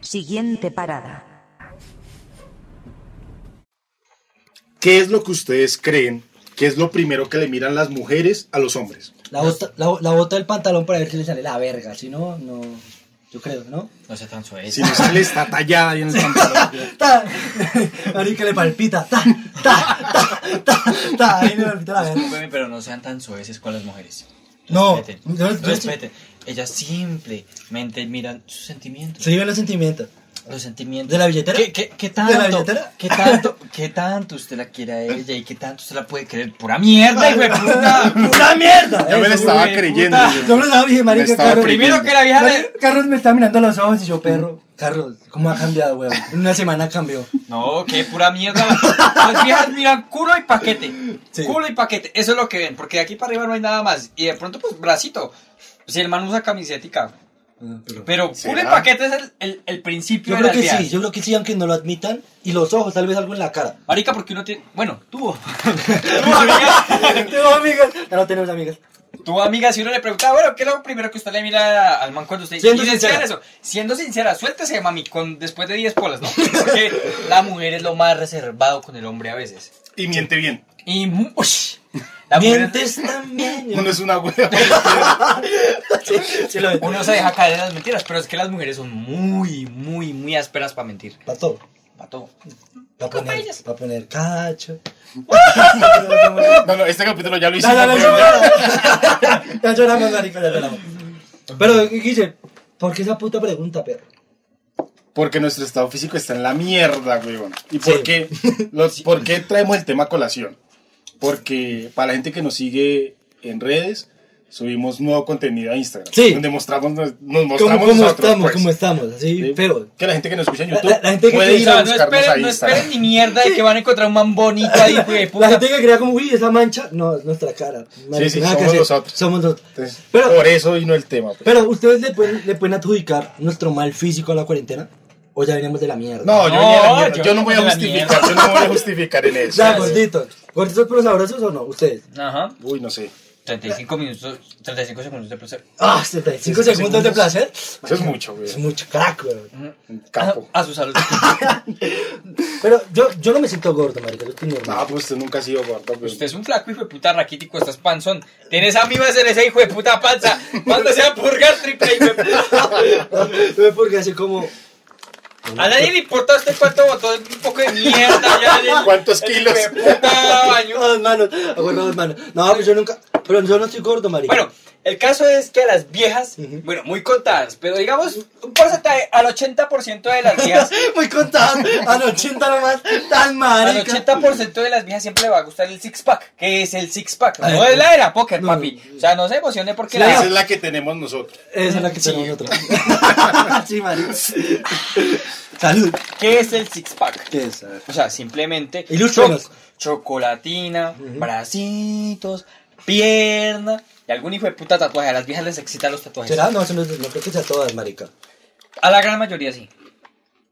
Siguiente parada. ¿Qué es lo que ustedes creen que es lo primero que le miran las mujeres a los hombres? La bota, la, la bota del pantalón para ver si le sale la verga, si no, no. Yo creo, ¿no? No sea tan suave. Si no sale, está tallada ahí en el pantalón. ¡Ta! Marica le palpita. ¡Ta! ¡Ta! ¡Ta! ¡Ta! ¡Ta! Ahí le palpita la verga. Discúlpeme, pero no sean tan sueces con las mujeres. No, Respeten. yo- yo- respeten. Ellas simplemente miran sus sentimientos. Se viven los sentimientos. Los sentimientos. ¿De la billetera? ¿Qué, qué, qué tanto? ¿De la billetera? ¿Qué tanto? ¿Qué tanto usted la quiere a ella y qué tanto usted la puede querer? ¡Pura mierda, hijo de puta! ¡Una mierda! Ya me la Eso, estaba güey, creyendo. puta. yo. Yo me lo estaba dije, marica, Me estaba Carlos. oprimiendo. Primero que la vieja Marica, le... Carlos me está mirando a los ojos y yo, perro. Carlos, ¿cómo ha cambiado, weón? En una semana cambió. No, qué pura mierda. Las viejas miran culo y paquete. Sí. Culo y paquete. Eso es lo que ven, porque de aquí para arriba no hay nada más. Y de pronto, pues, bracito. Si el man usa camisetica. Ah, Pero culo y ¿Será? paquete es el, el, el principio Yo de creo las que sí, viejas. yo creo que sí, aunque no lo admitan. Y los ojos, tal vez algo en la cara. Marica, porque uno tiene... Bueno, tuvo. tuvo, amiga. Tengo amigas. Ya no tenemos amigas. Tu amiga, si uno le preguntaba, bueno, ¿qué es lo primero que usted le mira al man cuando usted Siendo y decía sincera. eso? Siendo sincera, suéltese, mami, con, después de 10 polas, ¿no? Porque la mujer es lo más reservado con el hombre a veces. Y miente bien. Y. mu- ush, la mujer- Mientes también. Uno es una hueva. Sí, sí lo veo. Uno se deja caer en las mentiras, pero es que las mujeres son muy, muy, muy ásperas para mentir. Para todo. Para todo. Para poner, ellas. pa' poner cacho. No, no, este capítulo ya lo Ya, hicimos. ya, ya, pero ya- ya. Ya lloramos, marica, ya lloramos. Pero, Guille, ¿por qué esa puta pregunta, perro? Porque nuestro estado físico está en la mierda, weón. ¿Y por, Sí. qué, los, por qué traemos el tema a colación? Porque para la gente que nos sigue en redes, subimos nuevo contenido a Instagram. Sí. Donde mostramos, nos nos ¿Cómo, mostramos cómo nosotros. estamos? pues. ¿Cómo estamos? Así, ¿Sí? pero... Que la gente que nos escucha en La- YouTube la- la gente que puede cree- ir o a sea, no buscarnos esperen, a no esperen Instagram. ni mierda de que van a encontrar un man bonito ahí, hijo de La puta. gente que crea como, uy, esa mancha, no, es nuestra cara. Marica, sí, nada que somos hacer. nosotros. Somos nosotros. Entonces, Pero- por eso vino el tema. pues. Pero, ¿ustedes le pueden, le pueden adjudicar nuestro mal físico a la cuarentena? ¿O ya venimos de la mierda? no, yo, venía de la No, mierda. yo Yo no voy a venía de la pues, justificar, yo no voy a justificar en eso. Ya, gorditos. ¿Gorditos pero sabrosos o no? Ustedes. Ajá. Uy, no sé. 35 minutos, 35 segundos de placer. Ah, 75 Sí, sí, segundos de segundos. placer. Eso es mucho, güey. Es mucho, crack, weón. Capo. A, a su salud. Pero yo, yo no me siento gordo, marica. Yo estoy normal. No, pues usted nunca ha sido gordo, pues. güey. Usted es un flaco hijo de puta raquítico, estás panzón. Tienes amibas en ese hijo de puta panza. Mándase a purgar triple hijo de puta. No, porque así como... A nadie le importa usted cuánto botó, es un poco de mierda. Ya, ya, ¿Cuántos el kilos? hijo de puta baño. Dos manos, aguarda dos manos. No, pues yo nunca... Pero yo no estoy gordo, marica. Bueno, el caso es que a las viejas, Ujú. bueno, muy contadas, pero digamos un porcentaje, al 80% de las viejas, Muy contado, a los 80 nomás, tan al marica. 80% de las viejas siempre le va a gustar el six-pack. ¿Qué es el six-pack? Ay, No es la de la póker, no, papi. O sea, no se emocione Sí, porque la... Esa es la que tenemos nosotros. Esa es la que Sí. tenemos otra. sí, marica. Salud. ¿Qué es el six-pack? ¿Qué es? O sea, simplemente Ilústranos. cho- chocolatina, bracitos, pierna y algún hijo de puta tatuaje. A las viejas les excitan los tatuajes. ¿Será? Ah, No, eso no, es- no creo que sea todas, marica. A la gran mayoría sí.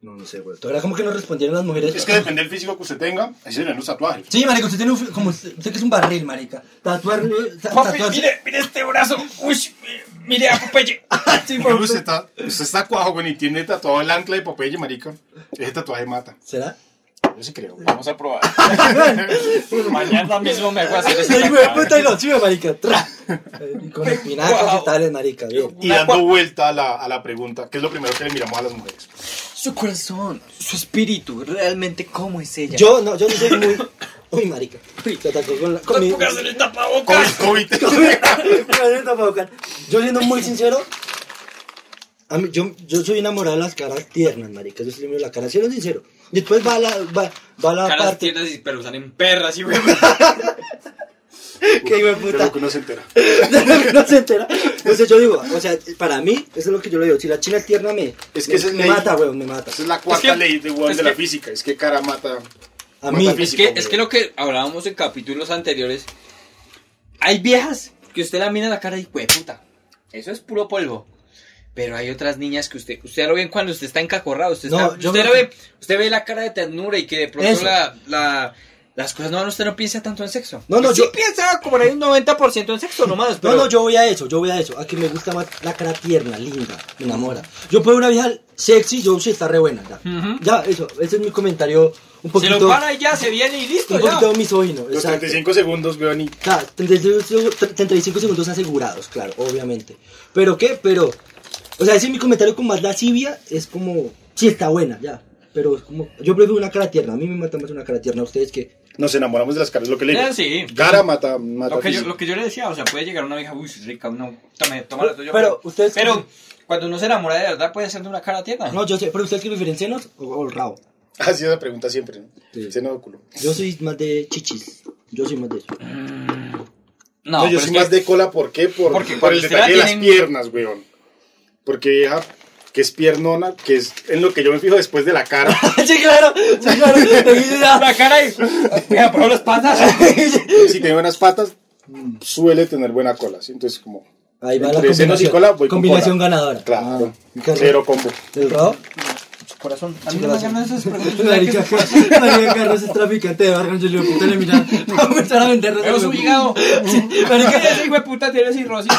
No, no sé, güey. ¿Era como que no respondieron las mujeres? Es que depende del físico que usted tenga, ahí se ven los tatuajes. Sí, marica, usted tiene un... fi- Como usted, usted que es un barril, marica. Tatuarle... ta- Papi, tatuarse- mire, mire este brazo. Uy, mire a Popeye. Ah, Sí, Incluso por- usted está, usted está cuajo, güey, y tiene tatuado el ancla de Popeye, marica. Ese tatuaje mata. ¿Será? Yo sí creo. güey. Vamos a probar. Mañana mismo me voy a hacer Sí, este güey, puta y lo sube, marica. Tra. Y con espinacas y tales, marica. Bien. Y Una dando cua- vuelta a la, a la pregunta, ¿qué es lo primero que le miramos a las mujeres? Su corazón, su espíritu, realmente cómo es ella. Yo no, yo no soy muy. Uy, marica. Se atacó con la. Con mi- Póngase en el tapabocas. COVID, COVID. con el tapabocas. Yo siendo muy sincero. A mí, yo, yo soy enamorado de las caras tiernas, marica. Yo soy enamorado de las caras, siendo sincero. Después va la, va, va la Caras parte. tiernas y pero salen perras y güey. Que iba De puta. lo que uno se entera. no se entera. Entonces yo digo, o sea, para mí, eso es lo que yo le digo. Si la china es tierna me. Es que me, esa es me ley. mata, weón, me mata. Esa es la cuarta Es que- ley de, weón es de la que- física. Es que cara mata. A mata mí. Es físico, que, güey. es que lo que hablábamos en capítulos anteriores, hay viejas que usted la mira en la cara y "Hue puta, eso es puro polvo. Pero hay otras niñas que usted, usted lo ve cuando usted está encacorrado, usted, No, está- yo usted creo lo ve, usted ve la cara de ternura y que de pronto Eso. la, la, Las cosas no, usted no piensa tanto en sexo. No, no, Pues sí yo- piensa como en un 90% en sexo nomás, pero... No, no, yo voy a eso, yo voy a eso. A que me gusta más la cara tierna, linda, me enamora. Yo puedo una vieja sexy, yo sí está re buena. Ya, Ujú. Ya, eso, ese es mi comentario un Se poquito, lo para y ya, se viene y listo, un ya. poquito misógino. Los exacto. 35 segundos, weón, y Claro, 35, 35 segundos asegurados, claro, obviamente. ¿Pero qué? Pero, o sea, ese es mi comentario con más lascivia, es como, sí está buena, ya. Pero es como, yo prefiero una cara tierna, a mí me mata más una cara tierna, ustedes que... nos enamoramos de las caras, lo que le digo. Eh, sí. Cara mata, mata Lo que, yo, físico. lo que yo le decía, o sea, puede llegar una vieja, uy, es rica, no, tome, toma la tuya. Pero, ustedes- Pero cuando uno se enamora de verdad puede ser de una cara Ah. tierna. No, yo sé, pero ustedes que prefieren senos o, o el rabo. Así es la Ah, pregunta siempre, ¿no? Sí. Seno o culo. Yo soy más de chichis, yo soy más de eso. No, No, yo pero soy es más que- de cola, ¿por qué? Por, Porque por el cuando usted detalle de la las tienen- piernas, weón. Porque vieja, que es piernona, que es en lo que yo me fijo después de la cara. sí, claro, sí, claro. La cara y... Mira, pero las patas. si tiene buenas patas, mm, suele tener buena cola, ¿sí? Entonces, como... Ahí va la entre senos y combinación, cola, voy con combinación cola. ganadora. Claro, Ah, qué cero combo. ¿El rabo? Corazón. A Sí, mí no me gracias. llaman esas preguntas. Marica, Marica Carlos es traficante de barrio, yo le digo, puta, le mira, va a comenzar a vender Pero rosas. su hígado. Sí, ¿Qué marica, ese hijo de puta tiene cirrosis?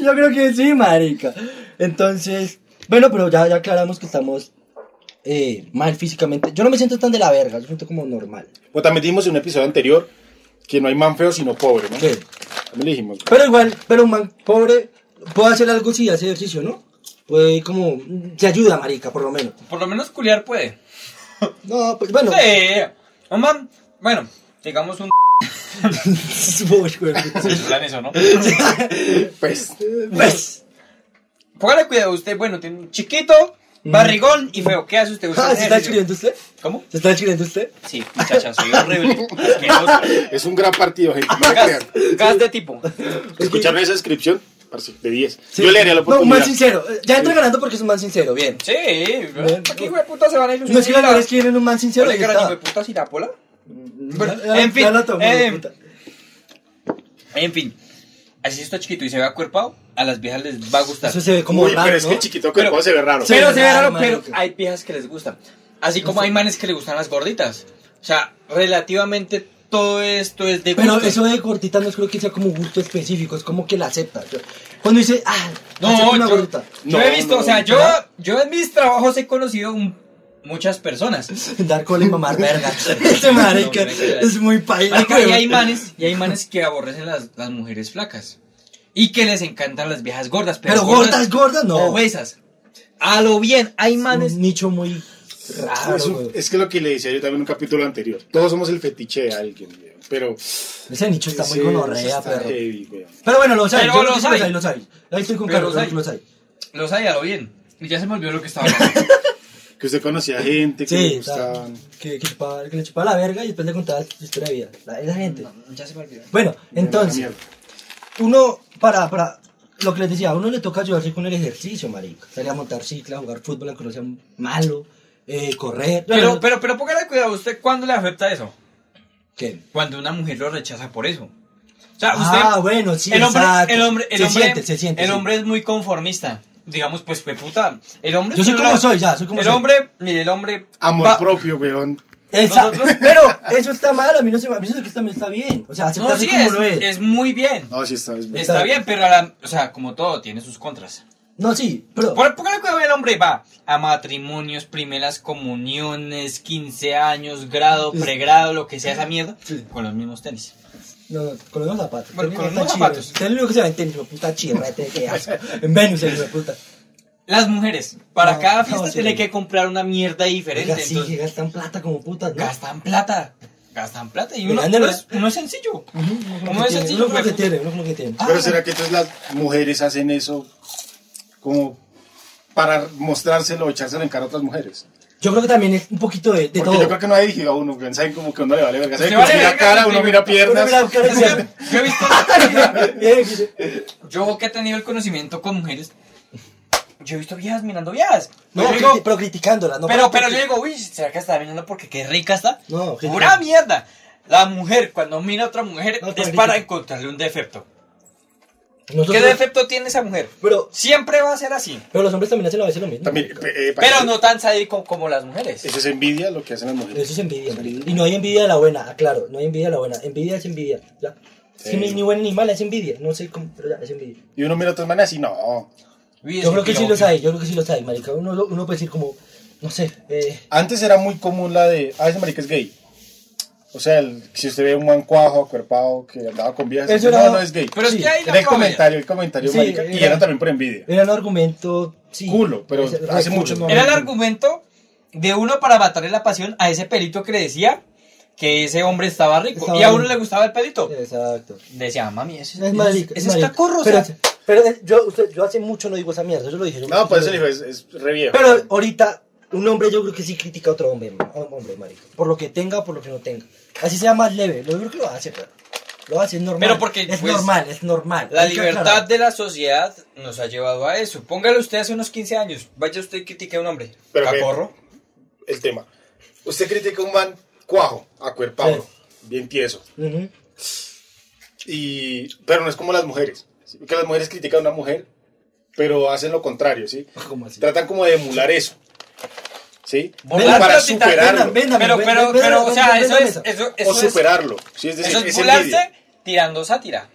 yo creo que sí, marica. Entonces, bueno, pero ya, ya aclaramos que estamos eh, mal físicamente. Yo no me siento tan de la verga, yo me siento como normal. O también dijimos en un episodio anterior que no hay man feo sino pobre, ¿no? Sí. También dijimos. Pero igual, pero un man pobre puede hacer algo si hace ejercicio, ¿no? Pues como, mm, se ayuda, marica, por lo menos. Por lo menos culiar puede. No, pues bueno. Sí. Un man, bueno, digamos un... Uy, hijo de puta. En plan eso, ¿no? Pues, Pues, Póngale cuidado usted, bueno, tiene un chiquito, barrigón y feo. ¿Qué hace usted? usted Mm. ah, hace ¿se está ejercicio. escribiendo usted? ¿Cómo? ¿Se está escribiendo usted? Sí, muchacha, soy horrible. asqueroso. es un gran partido, gente. No gas, crean. gas de tipo. Escucharon esa descripción, parce, de 10. Sí. Yo le haría la No, un oportunidad. man sincero. Eh, Ya entra ganando porque es un man sincero, bien. Sí, Bien. ¿para qué hijo de puta se van a ilusionar? No es que la verdad es que vienen un man sincero Oye, y cara, está. Mm, hijo de puta Sirapola? Ya- Bueno, ya- en fin, ya la tomó, eh, puta. En fin, así está chiquito y se ve acuerpado, a las viejas les va a gustar. Eso se ve como Uy, raro, pero es ¿no? que chiquito que puede se ve raro. Sí. pero se ve raro, marica. pero hay viejas que les gustan. Así como hay manes que le gustan las gorditas. O sea, relativamente todo esto es de Pero gusto. eso de gordita no creo que sea como gusto específico, es como que la acepta. Yo- Cuando dice, ah, acepto No, una yo, gordita. yo No, he visto, no, o sea, no. yo, yo en mis trabajos he conocido un- muchas personas. Dar cola y mamar verga. Este marica No, no, no, no. es muy paila. Marica, y huevón. hay manes, y hay manes que aborrecen las, las mujeres flacas. Y que les encantan las viejas gordas. Pero, Pero gordas, gordas, no. Obesas. A lo bien, hay manes. Un nicho muy raro. Es, un- huevón. es que lo que le decía yo también en un capítulo anterior. Todos somos el fetiche de alguien, weón. Pero. Ese nicho está muy ese- gonorrea, está perro. heavy, weón. Pero bueno, los hay, Pero yo creo que los sí hay. los hay. Ahí estoy con Pero Carlos, los creo que los hay. Los hay a lo bien. Y ya se me olvidó lo que estaba hablando. Que usted conocía gente, que le Sí, claro. gustaban. que, que, chupaba, que le chupaba la verga y después le contaba su historia de vida. La- esa gente. ya se me olvidó. Bueno, entonces, Mierda. uno, para, para lo que les decía, a uno le toca ayudarse con el ejercicio, marica. Salir a montar cicla, jugar fútbol, aunque no sea malo, eh, correr. Pero, Bueno, pero, pero póngale cuidado, ¿usted cuándo le afecta eso? ¿qué? Cuando una mujer lo rechaza por eso. O sea, usted. ah, bueno, sí, el hombre, exacto. el hombre, el se hombre, siente, se siente. el sí. hombre es muy conformista. Digamos, pues, fue puta. El hombre. Yo soy solo como la- soy, ya, soy como el soy. hombre, mire, el hombre. Amor va- propio, weón. Esa- nosotros- pero eso está mal, a mí no se me... A mí eso que también está bien. O sea, No, aceptarse sí, como es, lo es. es muy bien. No, sí, está. es verdad. Está bien, pero, a la- o sea, como todo, tiene sus contras. No, sí, pero... Por, póngale cuidado, el hombre va a matrimonios, primeras comuniones, 15 años, grado, pregrado, lo que sea esa mierda, Sí. con los mismos tenis. No, no, con los mismos zapatos. Bueno, Tenis con los no mismos está zapatos. chido. Tenis lo único que se va en tenis, hijo de puta chirrete, qué asco. En Venus, el hijo de puta. Las mujeres, para No, cada Ah, no, fiesta sí. tiene que comprar una mierda diferente. Oiga, sí, entonces, que gastan plata como putas, ¿no? gastan plata. Gastan plata. Y Pero uno, ande, uno ¿no? es, uno es sencillo. Ujú, Uno que es tiene, sencillo. uno como que pero- tiene, uno como que tiene. Pero será que entonces las mujeres hacen eso como para mostrárselo o echárselo en cara a otras mujeres. Yo creo que también es un poquito de, de Porque todo. yo creo que no ha dirigido a uno, güey. saben como que a uno le vale verga. Saben Se que uno vale mira verga, cara, sí, uno sí. mira piernas. Uno mira Es que Yo he visto. Yo que he tenido el conocimiento con mujeres. Yo he visto viejas mirando viejas. No, Yo criti- digo, pero criticándola, ¿no? pero, pero porque- yo digo, uy, ¿será que está mirando porque qué rica está? No, que- Pura mierda. La mujer, cuando mira a otra mujer, No, es para- para encontrarle un defecto. ¿Qué Nosotros- defecto tiene esa mujer? Pero, Siempre va a ser así. pero los hombres también hacen a veces lo mismo. También, eh, para- Pero no tan sádico como las mujeres. Eso es envidia lo que hacen las mujeres. Eso es envidia. Y no hay envidia de la buena, aclaro. No hay envidia de la buena. Envidia es envidia. Ya. Es que Sí. ni, ni buena ni mala, es envidia. No sé cómo, pero ya, es envidia. Y uno mira a otras maneras y no. Uy, Yo ese creo que sí piloto. los hay, yo creo que sí los hay, marica. Uno, lo- uno puede decir como, no sé, eh, Antes era muy común la de, ah, ese marica es gay. O sea, el- si usted ve un man cuajo, acuerpado, que andaba con viejas, Eso dice, era- no, no es gay. Pero es Sí, que Era hay el la comedia. comentario, el comentario, Sí, marica. Y era- era también por envidia. era un argumento, sí. Culo, pero Ese- hace culo, mucho no- Era el argumento de uno para matarle la pasión a ese pelito que le decía que ese hombre estaba rico. Estaba y a rico. uno le gustaba el pelito. Exacto. Decía, "Ah, mami, ese Es marica. ese es marica. está corro, Pero, o sea, pero eh, yo, usted- yo hace mucho no digo esa mierda, yo lo dije. yo- No, por yo eso lo le digo, es, es re viejo. Pero ahorita, un hombre yo creo que sí critica a otro hombre, ma- a un hombre, marica. Por lo que tenga o por lo que no tenga. Así sea más leve. Lo creo que lo hace, pero. Lo hace, es normal. Pero porque, Es pues, normal, es normal. La Hay que libertad aclarar. de la sociedad nos ha llevado a eso. Póngale usted hace unos 15 años. Vaya usted y critique a un hombre. Pero que- Cacorro. El tema. Usted critica a un man cuajo, acuerpado, Sí. bien tieso. Ujú. Y, pero no es como las mujeres. ¿sí? Porque las mujeres critican a una mujer, pero hacen lo contrario, ¿sí? ¿Cómo así? Tratan como de emular eso. ¿Sí? Burlarse para de Titán, superarlo. vendan, Pero, ven- pero, ven- pero, ven- o sea, ven- eso ven- es. ven- Eso, o eso es- superarlo. ¿sí? Es decir, eso es es envidia. burlarse tirando sátira.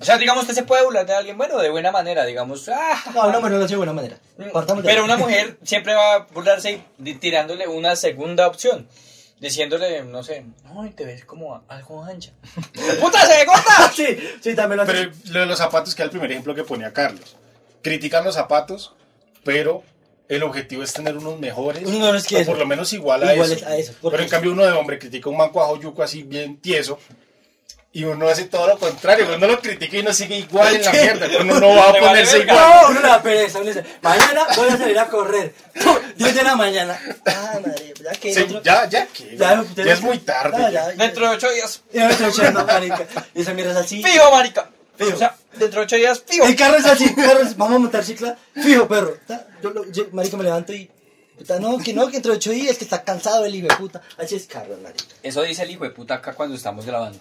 O sea, digamos, usted se puede burlar de alguien bueno, de buena manera, digamos. ah, No, una mujer no lo hace de buena manera. Partamos de Mm. Pero ahí. una mujer siempre va a burlarse y di- tirándole una segunda opción. Diciéndole, no sé, ay, te ves como a- algo ancha. ¡Puta, se corta! sí, sí, también lo hace. Pero lo de los zapatos, que era el primer ejemplo que ponía Carlos. Critican los zapatos, pero el objetivo es tener unos mejores. Unos mejores que o eso. por lo menos igual a Iguales eso. a eso, porque- pero en cambio uno de hombre critica un mancuajo yuco así bien tieso. Y uno hace todo lo contrario, uno lo critica y uno sigue igual en la mierda. Uno no va a Le vale ponerse verga. igual. No, no la pereza, no la- Mañana voy a salir a correr. 10 de la mañana. Ah, madre, ya que. Sí, otro- ya, ya que. Ya, Ya, ustedes- es muy tarde. ya. No, ya, ya. Dentro de ocho días, Ya me estoy echando, marica. Y esa mierda es así. fijo, marica. Fijo. O sea, dentro de ocho días, fijo. El carro es así, carro es- vamos a montar cicla, fijo perro. Ta, Yo, lo- yo, marica, me levanto y. puta, no, que no, que entre ocho días, que está cansado el hijo de puta. Así es carro, marica. Eso dice el hijo de puta acá cuando estamos grabando.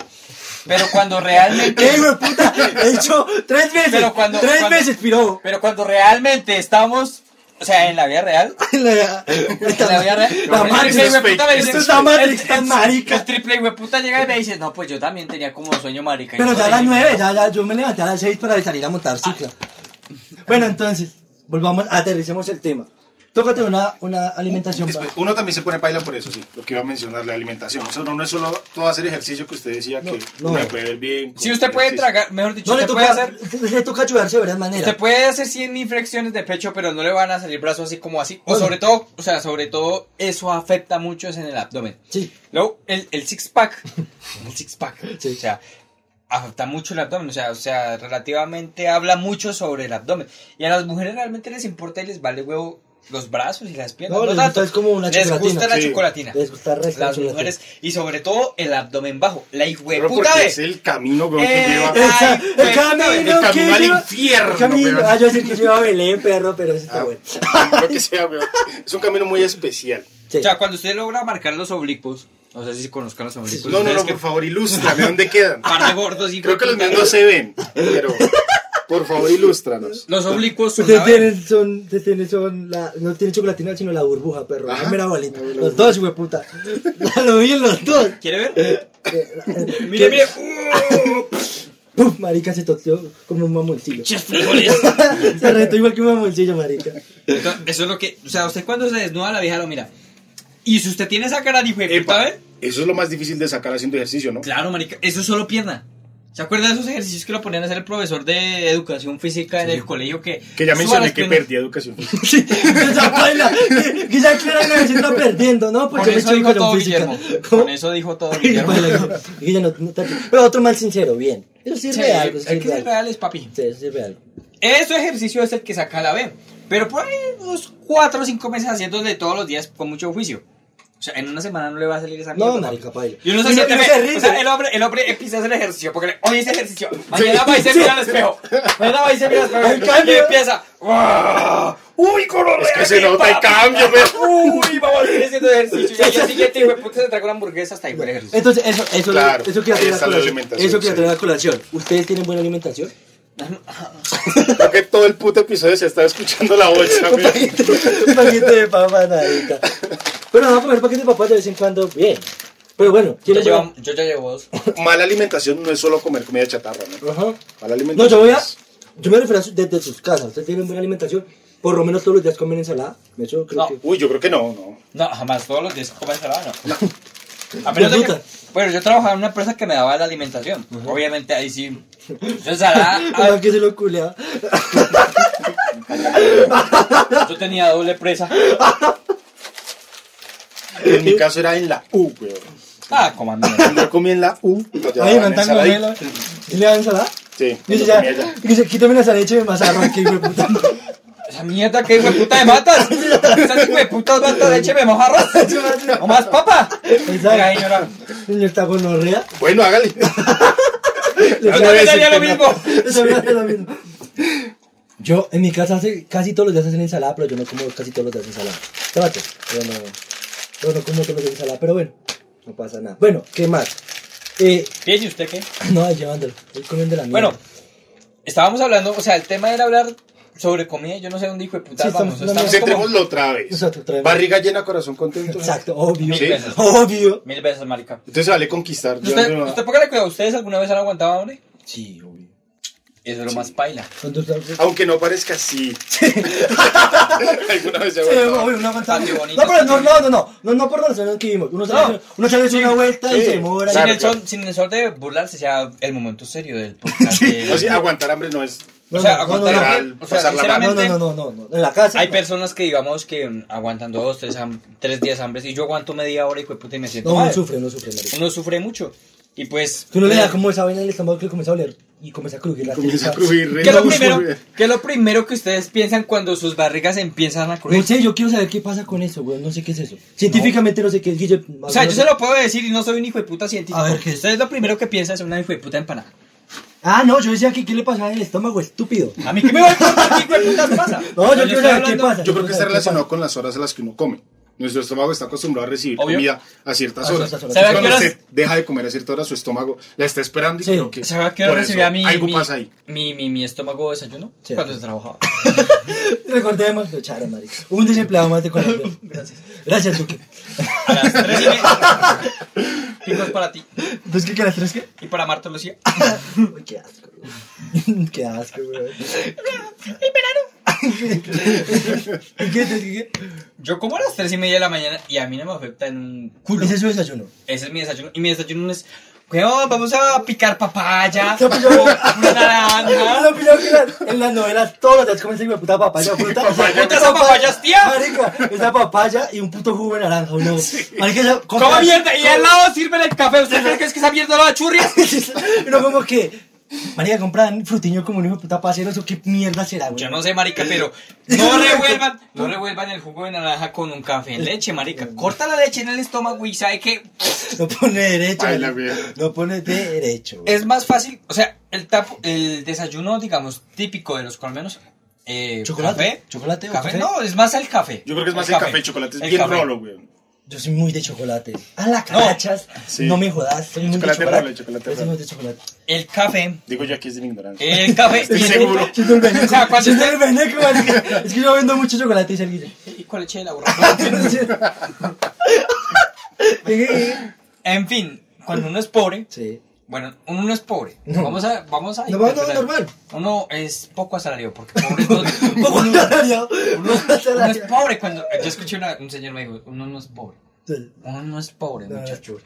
Pero cuando realmente... ¿Qué hijo de puta? He hecho tres veces. Pero cuando- tres cuando- veces, piro. Pero cuando realmente estamos, o sea, en la vida real, La, en la vida real, la el Matrix. triple hijueputa me dice- Esto es la Matrix, el- tan marica. El triple hijueputa llega y me dice, no, pues yo también tenía como sueño marica. Pero Yo ya a las tenía- nueve, ya, ya, yo me levanté a las seis para salir a montar cicla. Bueno, entonces, volvamos, aterricemos el tema. Tócate una, una alimentación. Espe- para- Uno también se pone paila por eso, sí. Lo que iba a mencionar, la alimentación. O sea, uno no es solo todo hacer ejercicio que usted decía No, que no. uno se puede ver bien. Si con usted puede ejercicio. tragar, mejor dicho, No le usted puede toca, hacer... le toca ayudarse de varias maneras. Usted puede hacer 100 inflexiones de pecho, pero no le van a salir brazos así como así. O Bueno. sobre todo, o sea, sobre todo eso afecta mucho es en el abdomen. Sí. Luego, el, el six-pack, el six-pack, Sí. o sea, afecta mucho el abdomen, o sea, o sea, relativamente habla mucho sobre el abdomen. Y a las mujeres realmente les importa y les vale huevo los brazos y las piernas. No, les gusta, tanto. es como una Les chocolatina. gusta la Sí. chocolatina. Les gusta el resto de Las chocolatina. mujeres, y sobre todo el abdomen bajo, la Pero hijueputa porque es de... el camino, weón, Eh, que lleva. eh, Esa- Ay, el pues, camino, el camino que al lleva- infierno, el camino- weón. Ah, yo decir que lleva a Belén, perro, pero eso está Ah, bueno. lo que sea, weón. Es un camino muy especial. Sí. O sea, cuando usted logra marcar los oblicuos, no sé si conozcan los oblicuos. No, no, ustedes no, Pues que por favor, ilústrame dónde quedan. Ah, par de gordos y Creo que los míos hueputas. no se ven, pero por favor, ilústranos. Los oblicuos son Ustedes la verga. tienen, son, ustedes tienen, son la, no tienen chocolatina, sino la burbuja, perro. Ajá. La mera bolita. La mera Los dos, güey, puta. Lo vi en los dos. ¿Quiere ver? Eh, Mire, Mire, mire. Puf, marica, se toteó como un mamoncillo. Pinches frijoles. se retó igual que un mamoncillo, marica. Entonces, Eso es lo que. O sea, usted cuando se desnuda la vieja lo mira. Y si usted tiene esa cara de hijo de Epa, puta, ¿ve? eso es lo más difícil de sacar haciendo ejercicio, ¿no? Claro, marica. Eso es solo pierna. ¿Se acuerda de esos ejercicios que lo ponían a hacer el profesor de educación física en el colegio que. Que ya suba las mencioné que piernas? perdí educación. física. Sí, esa baila. Quizá que era que se está perdiendo, ¿no? Con eso me dijo estoy todo física. Guillermo. ¿Cómo? Con eso dijo todo Y Guillermo. baila, y ya no- no te- Pero otro mal sincero, bien. Eso Sí, sirve de algo. hay Eso que sirve de ser algo. reales, papi. Sí, eso sirve de algo. Ese ejercicio es el que saca la B. Pero por ahí unos 4 o 5 meses haciéndole todos los días con mucho juicio. O sea, en una semana no le va a salir esa mierda. No, marica, baila. Y uno se Y no- siente y no bien. se rinde. O sea, el hombre, el hombre empieza a hacer ejercicio porque le, hoy hice ejercicio. Mañana va y se mira al espejo. Mañana va y se mira al espejo. En cambio- y empieza. "Uah, Uy, color Es que se nota el cambio, pues. pero- Uy, vamos a seguir haciendo ejercicio. Y al día siguiente, güey, puta, se tragó la hamburguesa hasta ahí por ejercicio. Entonces, eso, eso, Claro, eso quería ahí traer a está la colación. alimentación, Eso quería sí. traer a colación. ¿Ustedes tienen buena alimentación? Creo que todo el puto episodio se estaba escuchando la bolsa. un, mira. paquete, un paquete de papas, nadita. Pero vamos a comer paquete de papas de vez en cuando, bien. Pero bueno, Yo quiero ya, llevo, yo ya llevo dos. Mala alimentación no es solo comer comida chatarra, ¿no? Ajá. Mala No, alimentación. yo voy a. es- Yo me refiero a su- desde sus casas. Ustedes tienen buena alimentación. Por lo menos todos los días comen ensalada. De hecho, creo No. que. Uey, yo creo que no, no. No, jamás todos los días como ensalada, no. A De menos de que, fruta. bueno, yo trabajaba en una empresa que me daba la alimentación. Obviamente ahí sí. Yo ensalada, Ah, que se lo culea. ah, yo tenía doble presa. En mi caso era en la U, weón. Ah, comando. Cuando yo comí en la U, allá Ay, me daban ensalada. ensaladita. ¿Y le dan ensalada? Sí, cuando Dice ya. comía allá. Dice, quítame la ensalada y écheme más arroz que hijo de puta. Esa mierda que hijo de puta de matas. Esa hijo de puta mata de écheme más arroz. O más papa. Exacto. Mira, señora. Señor está gonorrea. Bueno, hágale. Le Ah, Yo no, le es daría lo el mismo. Eso me hace lo mismo. Yo en mi casa hace- casi todos los días hacen ensalada, pero yo no como casi todos los días ensalada. Trato, pero no, yo no como todos los días ensalada, pero bueno, no pasa nada. Bueno, ¿qué más? Eh, Bien, ¿y usted qué? no, llevándolo, estoy comiendo la mierda. Bueno, estábamos hablando, o sea, el tema era hablar sobre comida. Yo no sé dónde hijo de puta Sí, estamos- vamos. Estamos como Centrémoslo otra vez. Exacto, otra vez. Barriga llena, corazón contento. exacto, obvio, Sí. obvio. mil veces, marica. Entonces vale conquistar. ya ¿Usted, no- usted por qué le cuidado? ¿Ustedes alguna vez han aguantado hambre? Sí, obvio. Eso es lo más paila. Cuando está- Sí, Aunque no parezca así. Alguna vez se obvio, una aguantada. Patio bonito. No, pero no, no, no, no, no, no por las razones que vimos. Uno sale, No. uno sale a hacer una vuelta y Sí. se demora. y- Sin Claro, el, sol, sin el sol de burlarse, sea el momento serio del podcast. de- No, sí, aguantar hambre no es. o sea, aguantar no, hambre, no, o sea, pasarla mal. No, sinceramente, no, no, no, no, no, en la casa. hay no. personas que digamos que mm, aguantan dos, tres, ham- tres días hambre y yo aguanto media hora y pues puta y me siento No, mal. uno sufre, no sufre, marica. Uno sufre mucho. Y pues... Que uno le da eh, como esa vaina en el estómago que le comienza a oler y comienza a crujir la Comienza a tripa. crujir. re- ¿Qué es, lo no, primero, sube. qué es lo primero que ustedes piensan cuando sus barrigas empiezan a No crujir? sé, yo quiero saber qué pasa con eso, güey. No sé qué es eso. Científicamente no, sé qué es, Guille. O sea, yo se lo puedo decir y no soy un hijo de puta científico. A ver, ¿qué es? Ustedes lo primero que piensan es una hijo de puta empanada. Ah, no, yo decía que qué le pasaba en el estómago, estúpido. A mí que me va a contar qué hijo de putas pasa. No, yo estoy quiero saber qué hablando- pasa. Yo creo que está saber qué relacionado con las horas a las que uno come. Nuestro estómago está acostumbrado a recibir Obvio. comida a ciertas A horas. ciertas horas. Entonces, ¿Sabe a qué cuando horas? usted deja de comer a cierta hora, su estómago la está esperando y Sí. creo que ¿Sabes a qué hora por eso recibía mi, algo mi, pasa ahí. mi, mi, mi estómago desayuno? Sí. Cuando trabajaba. pasa. Recordemos, lo echaron, marica. Un desempleado más de Colombia. Gracias. Gracias, Duque. A las 3 y media. Chicos, para ti. ¿Entonces qué, que a las tres qué? Y para Marta Lucía. Uy, qué asco, güey. Qué asco, güey. ¿Y qué, qué, qué? Yo como a las 3 y media de la mañana y a mí no me afecta en un culo. Ese es su desayuno. Ese es mi desayuno. Y mi desayuno es. "Weón, vamos a picar papaya. Se ha pillado- Una naranja. Lo peor que en las- en las novelas todos los días comen esa hijo de puta papaya fruta. puta, esa papaya, tía. Marica, esa papaya y un puto jugo de naranja, uno. Marica, esa- Toma mierda. Y al lado sirven el café. ¿Ustedes creen que es que esa mierda lo va a churrias? Uno como que. Marica, compran frutiño como un hijo de puta pasero, eso qué mierda será, güey. Yo no sé, marica, pero no revuelvan, no revuelvan el jugo de naranja con un café en leche, marica. Corta la leche en el estómago y sabe que No pone derecho. Baila, marica. güey. No pone derecho, güey. es más fácil, o sea, el tapo, el desayuno, digamos, típico de los colombianos. Eh, ¿Chocolate? café, ¿Chocolate o café? café? No, es más el café. Yo creo que es más el café, el chocolate es El bien café. rolo, güey. Yo soy muy de chocolate. A la carachas, Sí. no me jodas, soy muy Chocolate de chocolate. roble, chocolate Yo soy muy roble. de chocolate. El café, Digo yo aquí es de mi ignorancia. el café. Estoy seguro. Yo soy el veneco. O sea, Yo cuando soy usted- el veneco, marica. Es que yo vendo mucho chocolate y salguillo. ¿Y cuál leche de la borracha? En fin, cuando uno es pobre, Sí. bueno, uno no es pobre. No. Vamos a, vamos a. No, no, interpretar. normal. Uno es poco asalariado porque pobre no- Poco uno- asalariado. Uno, Poco uno es asalariado. pobre cuando. Yo escuché una- un señor me dijo, uno no es pobre. Sí. Uno no es pobre, No, muchacho.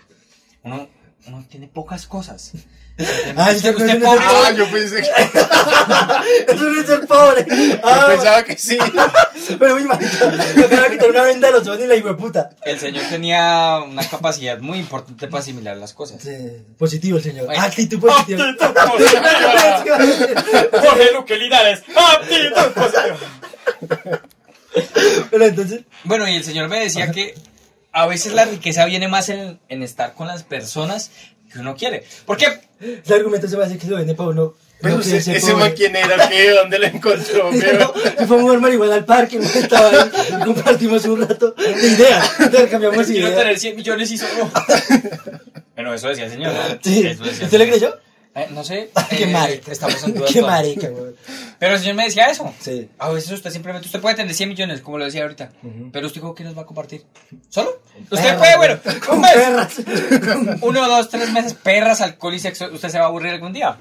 Uno, uno tiene pocas cosas. Ah, usted, yo usted pensé- pobre. Ah, yo pensé eh, que, yo Eso no es ser pobre. Ah, pensaba que sí. Pero mi marica, me acaba de quitar una venda de los ojos y la hijueputa. El señor tenía una capacidad muy importante para asimilar las cosas. Sí, Positivo, señor. Bueno. Actitud positiva. Jorge Luque Linares, aptitud positiva. Pero entonces, Bueno, y el señor me decía que a veces la riqueza viene más en, en estar con las personas que uno quiere. Porque ese argumento se me hace que lo vende para uno Pero No, usted- ese ese pobre. man quién era, ¿qué? ¿Dónde lo encontró? ¿Qué? Se fue a mover marihuana al parque, no estaba ahí. Compartimos un rato de ideas. Intercambiamos Quiero ideas. tener 100 millones y solo. Pero eso decía el señor. ¿no? Sí. Eso decía el ¿Usted le señor. creyó? Eh, no sé. Qué eh, marica. Estamos en duda. Qué todavía. marica, güey. Pero el señor me decía eso. Sí. A veces usted simplemente, usted puede tener 100 millones, como lo decía ahorita. Ujú. Pero usted dijo que nos va a compartir. ¿Solo? perras, Usted puede, bueno, güey. un Con mes, perras. Uno, dos, tres meses, perras, alcohol y sexo. Usted se va a aburrir algún día.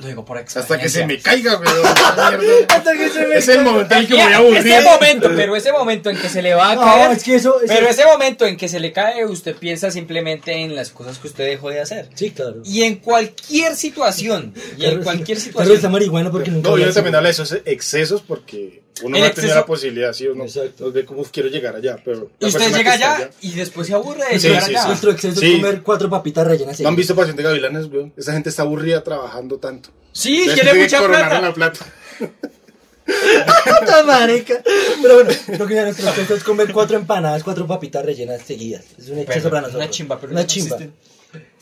Lo digo por experiencia. Hasta que se me caiga, weón. Hasta que se me Es el momento en el que me voy a Ya, aburrir. Ese momento, pero ese momento en que se le va a No, caer. es que eso- eso- Pero ese momento en que se le cae, usted piensa simplemente en las cosas que usted dejó de hacer. Sí, claro. Y en cualquier situación. Y en cualquier Pero está situación. marihuana porque nunca. No, yo había también sido. habla de esos excesos porque uno El no ha tenido exceso- la posibilidad, ¿sí o no? Exacto. No sé cómo quiero llegar allá, pero... Y la usted persona llega que está allá y después se aburre de Sí, llegar sí, allá. sí. Nuestro exceso es Sí. comer cuatro papitas rellenas. ¿No han visto Pasión de Gavilanes, weón? Esa gente está aburrida trabajando tanto. Sí, Entonces, tiene tiene que mucha coronar plata. la plata. ¡Puta marica! Pero bueno, lo que nuestro exceso es comer cuatro empanadas, cuatro papitas rellenas seguidas. Es un exceso Pero, para nosotros. una chimba, pero Una no chimba. existe.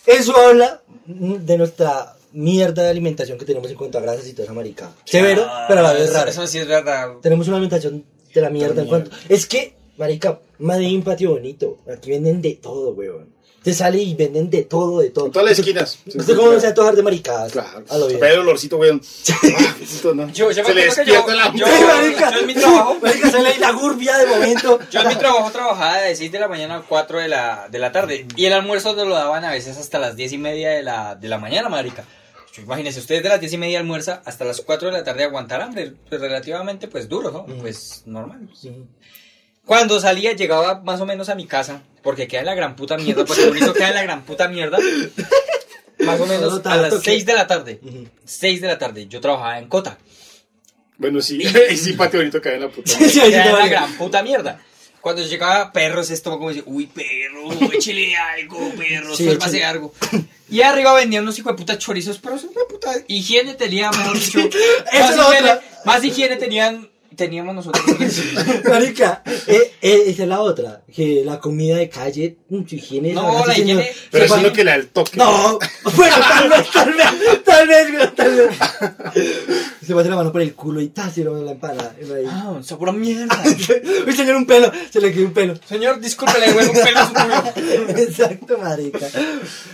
Eso habla mm, de nuestra mierda de alimentación que tenemos en cuanto a grasas y toda esa marica. Severo, pero a la vez Ah, Eso- rara. Eso sí es verdad. Tenemos una alimentación de la mierda en mierda. cuanto. Es que, marica, Medellín patio bonito. Aquí venden de todo, weón. Te sale y venden de todo, de todo. En todas las Usted- esquinas. Usted cómo no se antojar de maricadas. Claro. A lo bien. Pero el olorcito, weón. Ah, puto, no. Yo- yo me Se le acuerdo despierta que yo- la... yo- Sí, marica, yo en mi sí, trabajo- marica, sale la gurbia de momento. Yo en mi trabajo trabajaba de 6 de la mañana a 4 de la, de la Mm. tarde. Y el almuerzo nos lo daban a veces hasta las 10 y media de la, de la mañana, marica. Yo, Imagínense, ustedes de las 10 y media almuerza hasta las 4 de la tarde aguantar hambre. Pues relativamente, pues duro, ¿no? Mm. Pues normal. Sí. Cuando salía, llegaba más o menos a mi casa. Porque queda en la gran puta mierda. Porque bonito queda en la gran puta mierda. Más o menos a las 6 de la tarde. 6 de la tarde. Yo trabajaba en Cota. Bueno, sí, y sí, patio bonito cae en la puta. Sí, sí, ahí sí Era te la vale. gran puta mierda. Cuando llegaba perros, esto como dice, uy, perro, échele algo, perro, Sí, sírvase échele. algo. Y arriba vendían unos hijos de puta chorizos, pero son una puta higiene tenía, mejor dicho. esa más, es la higiene, otra. más higiene tenían, teníamos nosotros. Marica, eh, eh, esa es la otra. Que la comida de calle, mm, su higiene. No, verdad, la sí, higiene- señor. Pero eso Se es pone- lo que le da el toque. No, bueno, tal vez, tal vez, tal vez, güey, tal vez. Se pasa la mano por el culo y tas, y luego la empanada. y luego ahí. Ah, un sabor a mierda. Uy, señor, un pelo, se le quedó un pelo. Señor, discúlpele, huevo, pelo en su culo. Exacto, marica.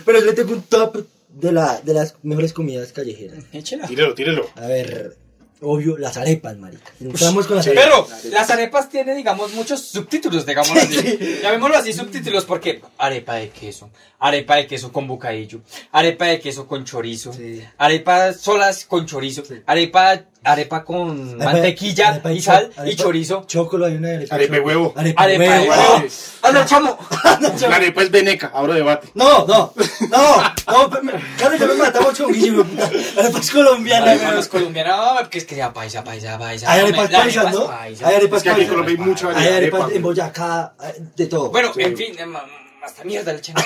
Pero yo le tengo un top de, la, de las mejores comidas callejeras. Échela. Tírelo, tírelo. A ver, obvio, las arepas, marica. Entramos con las arepas. Pero las arepas tienen, digamos, muchos subtítulos, digámoslo así. Llamémoslo así subtítulos porque arepa de queso, arepa de queso con bocadillo, arepa de queso con chorizo, Sí. arepa solas con chorizo, arepa, arepa con Arepa- mantequilla arepa y sal cho- arepa- y chorizo, Chocolo hay una arepa. Arepa de choco. huevo. Arepa, de arepa de huevo. huevo. ¡Anda, chamo! La arepa es pues veneca, ahora debate. No, no, no, no, pe- me- claro, ya me matamos con Guillermo. Arepas colombianas. Arepa no weón. es colombiana, no, porque es que sea paisa, paisa, paisa. Hay No, arepas la paisas, arepa es ¿no? paisa. Hay arepas Es que aquí en paisas. Colombia hay mucho Hay Pues arepas güey. en Boyacá, de todo. Bueno, Sí. en fin, em, hasta mierda el chamo.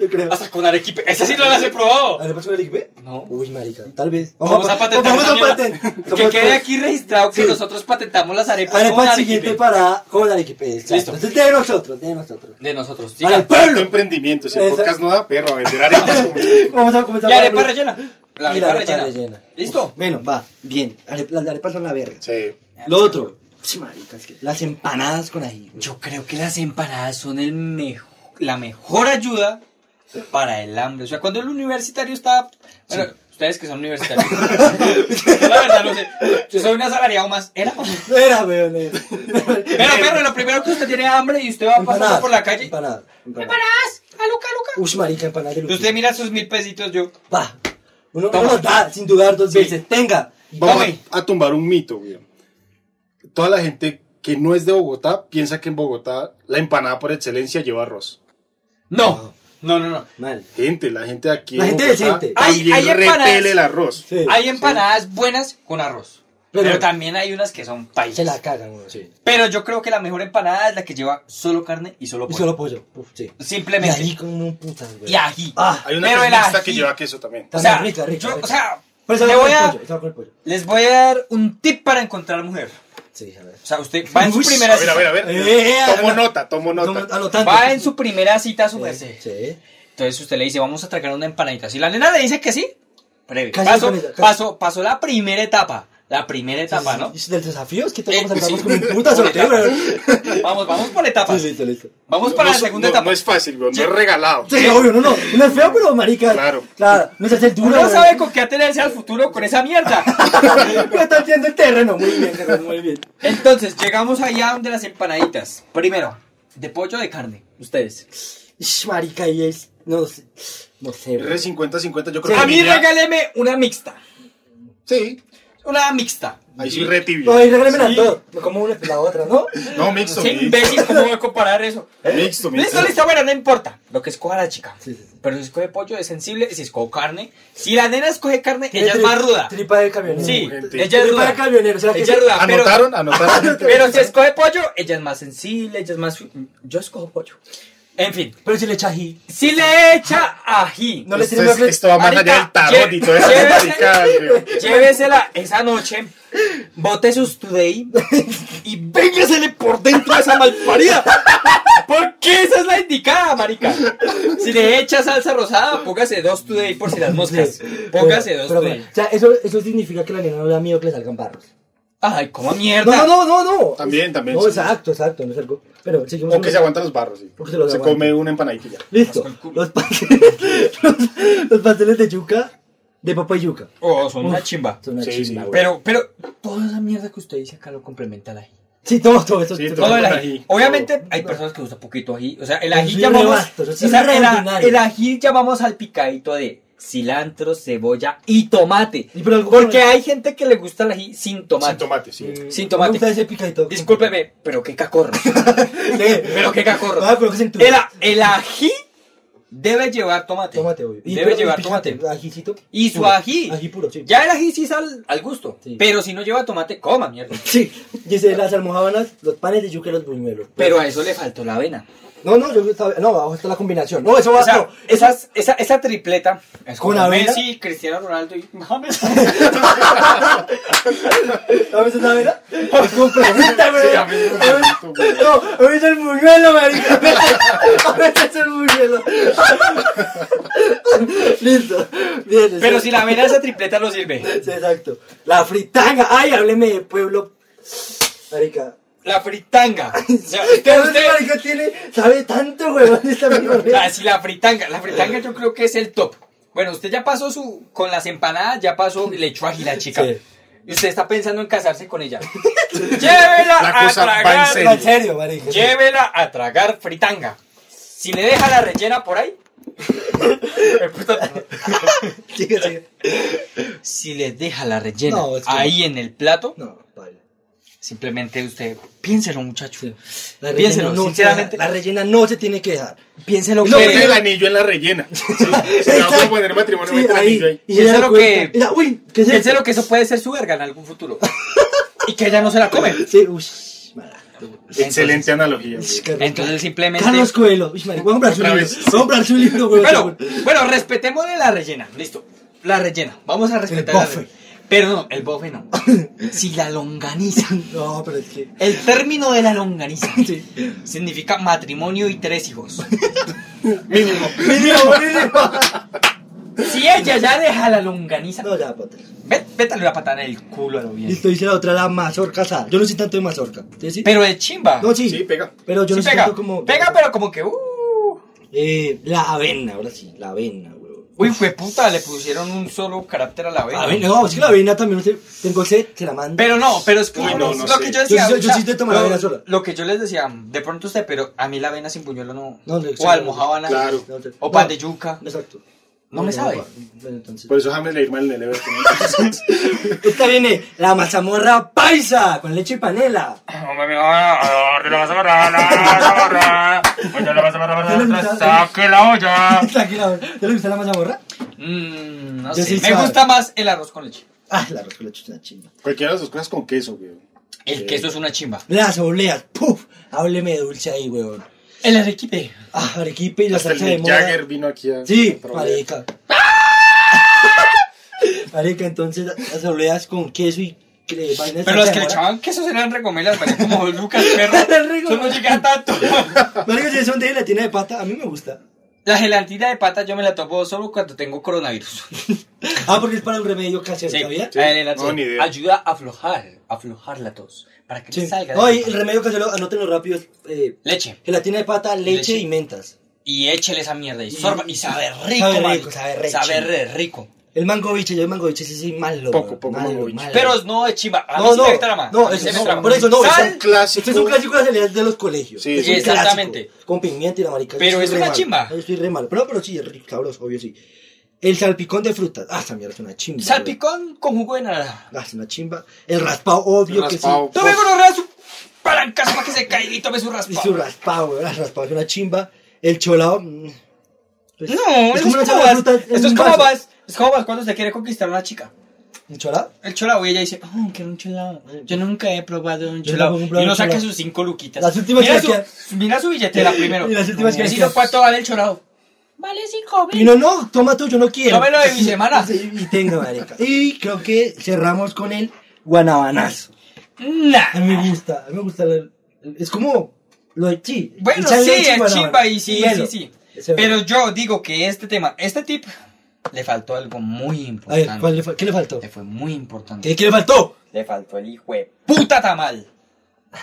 yo creo. Hasta con arequipe. Esa sí no las he probado. ¿Arepas con arequipe? No. Uy, marica, tal vez. Vamos a patentar Vamos esa a mierda. patentar. Que Vamos a- quede aquí registrado que Sí. nosotros patentamos las arepas con Arepa arequipe. siguiente para con arequipe. exacto. Listo. Entonces, de nosotros, de nosotros. De nosotros, sí. Para el Pablo. pueblo. emprendimiento. Si el Esa- podcast no da perro a vender arepas. como- Vamos a comenzar. Y arepa Pablo. rellena. La Y arepa, rellena. ¿Listo? Bueno, va, bien. Are- Las arepas son la verga. Sí. Lo otro. Sí, marica, es que las empanadas con ají. Yo creo que las empanadas son el mejo- la mejor ayuda para el hambre. O sea, cuando el universitario está... Bueno, ustedes que son universitarios. Yo la verdad no sé. Yo soy un asalariado más. Era... No era, weón. era. Pero, pero, lo primero que usted tiene hambre y usted va pasando Empanadas, por la calle. Empanadas. empanadas. ¡Empanadas! ¡Aluca, aluca! Uy, marica, empanadas de Y lujo. usted mira sus mil pesitos, yo... Va. Uno, Toma. uno da sin dudar dos Sí. veces. Tenga. Vamos Dame. a, a tumbar un mito, güey. Toda la gente que no es de Bogotá piensa que en Bogotá la empanada por excelencia lleva arroz. No, no, no, no. Mal. Gente, la gente de aquí La de gente Bogotá decente. Hay- también hay empanadas. repele el arroz. Sí. hay empanadas buenas con arroz. Pero, Pero- también hay unas que son Se paisas. la cagan, weón. Sí. Pero yo creo que la mejor empanada es la que lleva solo carne y Y solo pollo. solo pollo. Uf, sí. Simplemente. Y ají con un putas, weón. Y ají. Ah. Hay una Pero que el es mixta ají. que lleva queso también. O sea, También rica, rica, yo- rica. o sea, Pero se le va con voy el a- pollo. Se va con el pollo. les voy a dar un tip para encontrar mujer. Sí, a ver. O sea, usted va en su Uy, primera A ver, cita. a ver, a ver. Eh, tomo eh, nota, tomo Toma- nota. anotando. Va en su primera cita a su Sí, merced. Sí. Entonces usted le dice, vamos a tragar una empanadita. Si la nena le dice que sí, Breve. Casi Paso, con ella, casi. paso, pasó la primera etapa. La primera etapa, ¿no? Del desafío es que Eh, tenemos que sí. con un puta Por sorteo, etapas. weón. Vamos, vamos por etapas. Sí, listo, listo. Vamos No, para no la so- segunda no- etapa. No es fácil, weón, Sí. no es regalado. Sí, obvio, no, no. No es feo, pero marica. Claro. Claro. No se hace el duro. Uno no weón. sabe con qué atenerse al futuro con esa mierda. Me está haciendo el terreno. Muy bien, Carlos, muy bien. Entonces, llegamos allá donde las empanaditas. Primero, de pollo o de carne. Ustedes. Ish, marica, y es. No sé. No sé. Re weón. 50-50, yo creo A que. mí diría- regáleme una mixta. Sí, Una mixta. ahí sí re tibio. No, y regálame las dos. Me como una la otra, ¿no? No, mixto. Sí, imbécil, ¿cómo voy a comparar eso? Mixto, mixto. Listo, listo, bueno, no importa. Lo que escoja la chica. Sí, sí, sí. Pero si escoge pollo es sensible, si escoge carne. Si la nena escoge carne, ella es Tri- más ruda. Tripa de camionero. Sí, gente. ella es Tripa de ruda. camionero. ¿Será que Ella es sí? ruda, pero, Anotaron, Ah, anotaron. pero si escoge pollo, ella es más sensible, ella es más... Yo escojo pollo. En fin, Pero si le echa ají. si le echa ají, No le Esto tiene es- más Esto va más Marica, allá del tarot lle- y todo eso. llévese- marica, weón. llévesela esa noche, bote sus today y véngasele por dentro a esa malparida. Porque esa es la indicada, marica. Si le echa salsa rosada, póngase dos today por si las moscas. Póngase Pero- pero dos pues. today. bueno, O sea, eso, eso significa que la nena no le da miedo que le salgan barros. Ay, como mierda. No, no, no, no, no. También, también, No, sí. exacto, exacto. No es algo. Pero seguimos. O que se aguanta los barros, sí. O que se los Se aguanta. come una empanadita y ya. Listo. Asco el culo. Los pasteles, los, los pasteles de yuca, de papa y yuca. Oh, son una chimba. Son una Sí, chimba, sí. güey. Pero, pero, toda esa mierda que usted dice acá lo complementa el ají. Sí, todo, todo eso. Sí, todo. Todo el con ají. ají. Obviamente hay personas que usan poquito ají. O sea, el ají Sí, llamamos. rebasto, eso sí o sea, es re el, a- ordinario. el ají llamamos al picadito de cilantro, cebolla y tomate. Y pero algo- Porque hay gente que le gusta el ají sin Sin tomate. tomate, sí. Sin tomate. Me gusta ese picadito. Discúlpeme, pero qué cacorro. pero qué cacorro. Ah, pero que es en tu- El, a- el ají debe llevar tomate. Tomate, obvio. Y- debe pero- llevar y tomate. picante, Ajicito. Y su puro. ají. Ají puro, sí. Ya el ají sí sal al gusto. Sí. Pues Pero si no lleva tomate, coma mierda. Sí. Dice las almojábanas, los panes de yuca y los buñuelos. Pero a eso le faltó la avena. No, no, yo estaba. No, abajo está la combinación. No, eso va. O sea, no. esas- esa, esa tripleta es ¿Con como avena? Messi, Cristiano Ronaldo y Mohamed. ¿A veces la verdad? Es como pregunta, güey. a veces es un pregunta, No, a veces el buñuelo, marica. A veces el buñuelo. Listo. Bien, Pero exacto. si la avena esa tripleta no sirve. Sí, exacto. La fritanga. Ay, hábleme de pueblo. Marica. La fritanga. O sea, Pero este usted- Ah, usted- marica tiene. Sabe tanto, huevón, este esta mierda. o sea, si la fritanga, la fritanga yo creo que es el top. Bueno, usted ya pasó su con las empanadas, ya pasó y le echó ají la chica. Sí. Y usted está pensando en casarse con ella. Llévela La a cosa va en serio. No, tragar. en serio, marica. Llévela a tragar fritanga. Si le deja la rellena por ahí. Sigue, sigue. si le deja la rellena No, es que- ahí en el plato, No, vale. simplemente usted piénselo, muchacho. La rellena Piénselo, no se sinceramente. deja. la rellena no se tiene que dejar. Piénselo No, que- tiene el anillo en la rellena. Sí, Se va a poner matrimonio Sí, mete el anillo ahí. Y ella Piensa da lo cuenta. que- Ella, uy, ¿qué es piénselo esto? que eso puede ser su verga en algún futuro. y que ella no se la come. Sí, uy, maraca. Excelente analogía. güey. Uy, Carlos- Entonces simplemente. Carlos Coelho. Uy, marica, voy a comprar su Otra libro. vez. Voy a comprar su libro, güey. Bueno, bueno, respetémosle la rellena. Listo. La rellena. Vamos a respetar El la bofe. rellena. Pero no, el bofe no. si la longaniza. No, pero es que. El término de la longaniza Sí. significa matrimonio y tres hijos. Mínimo. Mínimo, mínimo. Si ella ya deja la longaniza, No, ya, pote. vé- vétale una patada en el culo a lo bien. Listo, dice la otra, la mazorca asada. Yo no soy tanto de mazorca. ¿Sí? sí? Pero el chimba. no, sí. Sí, pega. Pero yo Sí no soy pega. tanto como. Pega, pero como que. Uh. Eh, la avena, ahora sí. La avena, huevón. Uy, fue puta, le pusieron un solo carácter a la La avena. avena, no, es que la avena también. no sé, Tengo sed, se la mando. Pero no, pero es que Uy, lo, no, no lo sé. que yo decía. Yo- yo- yo o sea, sí te tomo la lo- avena sola. Lo que yo les decía, de pronto usted, pero a mí la avena sin puñuelo no. No, no, o exacto. almohábana. Claro. No, te- O pan no. de yuca. Exacto. No me sabe. pa- Bueno, entonces. Por eso James le irma el Nelever. Esta viene la mazamorra paisa con leche y panela. Saque la olla. Tranquila, ¿te le gusta la mazamorra? Mm, no Yo sé. sí Me sabe. gusta más el arroz con leche. Ah, la arroz con leche es una chimba. Cualquiera de las dos cosas con queso, güey. El Sí. queso es una chimba. Las obleas, puf, hábleme de dulce ahí, weón. El arequipe. Ah, arequipe y la Hasta el salsa de Mick mora. Jagger vino aquí a. Sí, a probar. marica. Marica, entonces las obleas con queso y cre- vaina de salsa Pero las de que le mora. echaban queso eran recomelas, parecía como Lucas Perro. Rico. Eso no llega tanto. Marica, si es un día en la tiene de pata, a mí me gusta. La gelatina de pata yo me la tomo solo cuando tengo coronavirus. Ah, porque es para un remedio casi, Sí, ¿sabía? la gelatina no, ni idea. ayuda a aflojar, a aflojar la tos, para que Sí. te salga. No, y el remedio casero, anótenlo rápido, es eh, Leche. gelatina de pata, leche, Leche. y mentas. Y échale esa mierda y sorba. Y sabe rico, Sabe man. rico, sabe re chimba. re rico. El mango biche, yo el mango biche sí, sí, malo. Poco, weón, poco malo, mango biche. malo. Pero no es chimba. A mí no, sí no, me trama. no, a mí eso sí me no, trama. por eso no, Sal, es un clásico. Este es un clásico de las salidas de los colegios. Sí, Es un exactamente. clásico, con pimienta y la marica. Pero yo soy es re una malo. chimba. Yo estoy re malo. Pero, pero sí, es rico, sabroso, obvio sí. El salpicón de frutas. Ah, esa mierda es una chimba. salpicón con jugo de naranja. weón. Ah, es una chimba. El raspado, El obvio que raspado. sí. Tome con raso su palancazo para que se caiga y tome su Y su raspado. raspado, weón, el raspado es una chimba. El cholado. mm, pues, No, eso una chapa es como de vas. frutas en Esto es un como vaso. vas. Es como vas cuando se quiere conquistar a una chica. ¿El cholado? El cholao, y ella dice, oh, quiero un cholao. Yo nunca he probado un Yo cholao. tampoco he probado Y uno un saca cholao. sus cinco luquitas. Las últimas mira, que hacía- su, mira su billetera primero. Y las últimas que Necesito hacía- cuánto vale el cholao. Vale cinco mil. Y no, no, toma tú, yo no quiero. Tómelo de mi semana. Sí, Y tenga, marica. Y creo que cerramos con el guanabanazo. Nah. A mí me gusta, a mí me gusta. el- el- es como. Lo de sí. Bueno, echarle sí, leche es guanabana. chimba y sí, Y hielo. sí, sí. Eso es. Pero yo digo que este tema, este tip, le faltó algo muy A importante. ver, ¿cuál le fa- ¿qué le faltó? Le fue muy importante. ¿Qué, qué le faltó? Le faltó el hijo de puta tamal.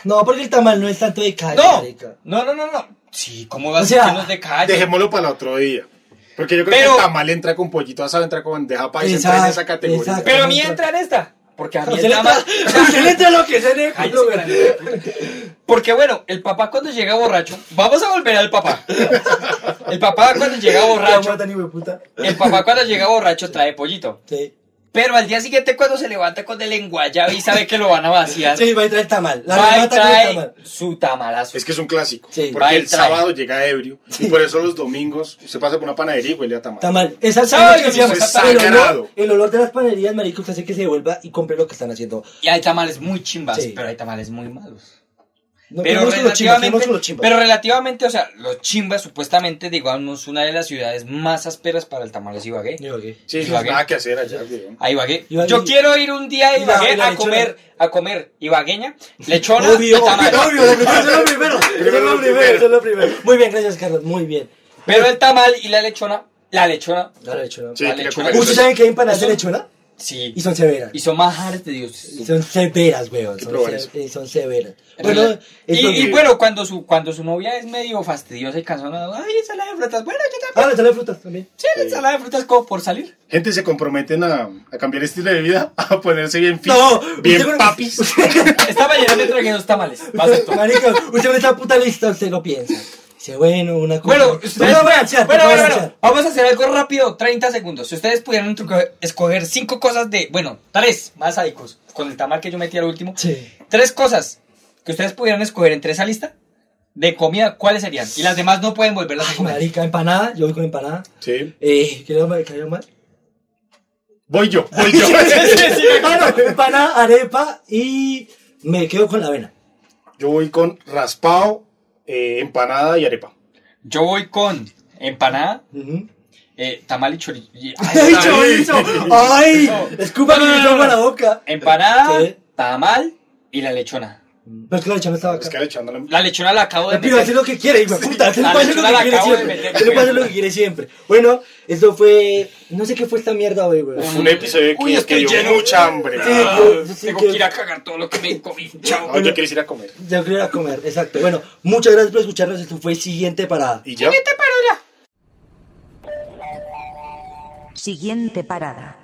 No, porque el tamal no es tanto de calle, No, marica. no, no, no, no. Sí, ¿cómo vas O sea, a decirnos de calle? Dejémoslo para el otro día. Porque yo creo Pero- que el tamal entra con pollito asado, entra con bandeja paisa, entra en esa Exacto, categoría. exacto. Pero a mí entra en esta. Porque a mí Usted el le entra- tamal. usted le entra lo que se le Cállese, cara de puta. Porque bueno, el papá cuando llega borracho, vamos a volver al papá. El papá cuando llega borracho, Matan, hijo de puta. el papá cuando llega borracho trae pollito. Sí. Pero al día siguiente cuando se levanta con el enguayado y sabe que lo van a vaciar, Sí, va a entrar el tamal. La va y remata con el trae tamal. su tamalazo. Es que es un clásico. Sí. Va porque y el trae. sábado llega ebrio. Y por eso los domingos se pasa por una panadería y huele a tamal. Tamal. Esa Sabe esa- que esa- eso es esa- el olor, sagrado. el olor de las panaderías, marica, usted hace que se devuelva y compre lo que están haciendo. Y hay tamales muy chimbas, Sí. pero hay tamales muy malos. No, pero queremos que los chimbas, relativamente, queremos que los chimbas. pero relativamente, o sea, los chimbas supuestamente, digamos, una de las ciudades más ásperas para el tamal es Ibagué. Digo, ¿qué? Sí, eso es Ibagué. nada que hacer allá, weón. Ah, A Ibagué. Ibagué. Yo quiero ir un día a Y la- Ibagué y la a comer, a comer ibagueña, lechona Obvio, y tamal. obvio, la lechona es lo primero. Primero es lo lo primero, primero. eso es lo primero. Muy bien, gracias, Carlos. Muy bien. Pero el tamal y la lechona, la lechona, La lechona. Sí, la quiero lechona. comer ¿Ustedes eso. saben que hay empanadas de Eso- lechona? sí, Y son severas. y son majares de Dios. Son severas, weón. que Son, probar se- eso. eh, son severas. Bueno, Bueno, y, entonces- y bueno, cuando su, cuando su novia es medio fastidiosa y cansona, ay, ensalada de frutas, bueno, yo también. Ah, la sala de frutas también. Sí, la ensalada de frutas como por salir. Gente, se comprometen a, a cambiar estilo de vida, a ponerse bien fit, No, bien usted con- papis. Esta mañana me traje dos tamales, va a ser todo. Marica, usted con esta puta lista, usted lo piensa. Dice, bueno, una cosa. Bueno, Pero ustedes- no balancear, bueno, no bueno, balancear. bueno, vamos a hacer algo rápido, 30 segundos. Si ustedes pudieran truco- escoger cinco cosas de, bueno, tres más sádicos, con el tamal que yo metí al último, Sí. tres cosas que ustedes pudieran escoger entre esa lista de comida, ¿cuáles serían? Y las demás no pueden volverlas a Ay, comer. marica, empanada. Yo voy con empanada. Sí. Eh, ¿qué le va a caer mal? Voy yo, voy yo. Ah, no, empanada, arepa y me quedo con la avena. Yo voy con raspado, eh, empanada y arepa. Yo voy con empanada, Ujú. eh, tamal y chorizo. y- ¡Ay, chorizo! ¡Ay! No. Escupa que No, no, me no, toma no. la boca. Empanada, Sí. tamal y la lechona. Pero es que la lechona estaba Es acá. que le echando la... La lechona la acabo de Pero hace meter. lo que quiere, hijo de puta. Hace La lo que lechona la quiere acabo de siempre. meter, Hace güey. lo que quiere siempre. Bueno, esto fue. No sé qué fue esta mierda hoy, güey. Fue un episodio que, Uy, que estoy dio lleno. mucha hambre. Sí, Ah, yo- sí Tengo que- que ir a cagar todo lo que me comí. Chao. no, Ah, yo quiero ir a comer. Yo quiero ir a comer, exacto. Bueno, muchas gracias por escucharnos. Esto fue siguiente parada. Y ya. Siguiente parada.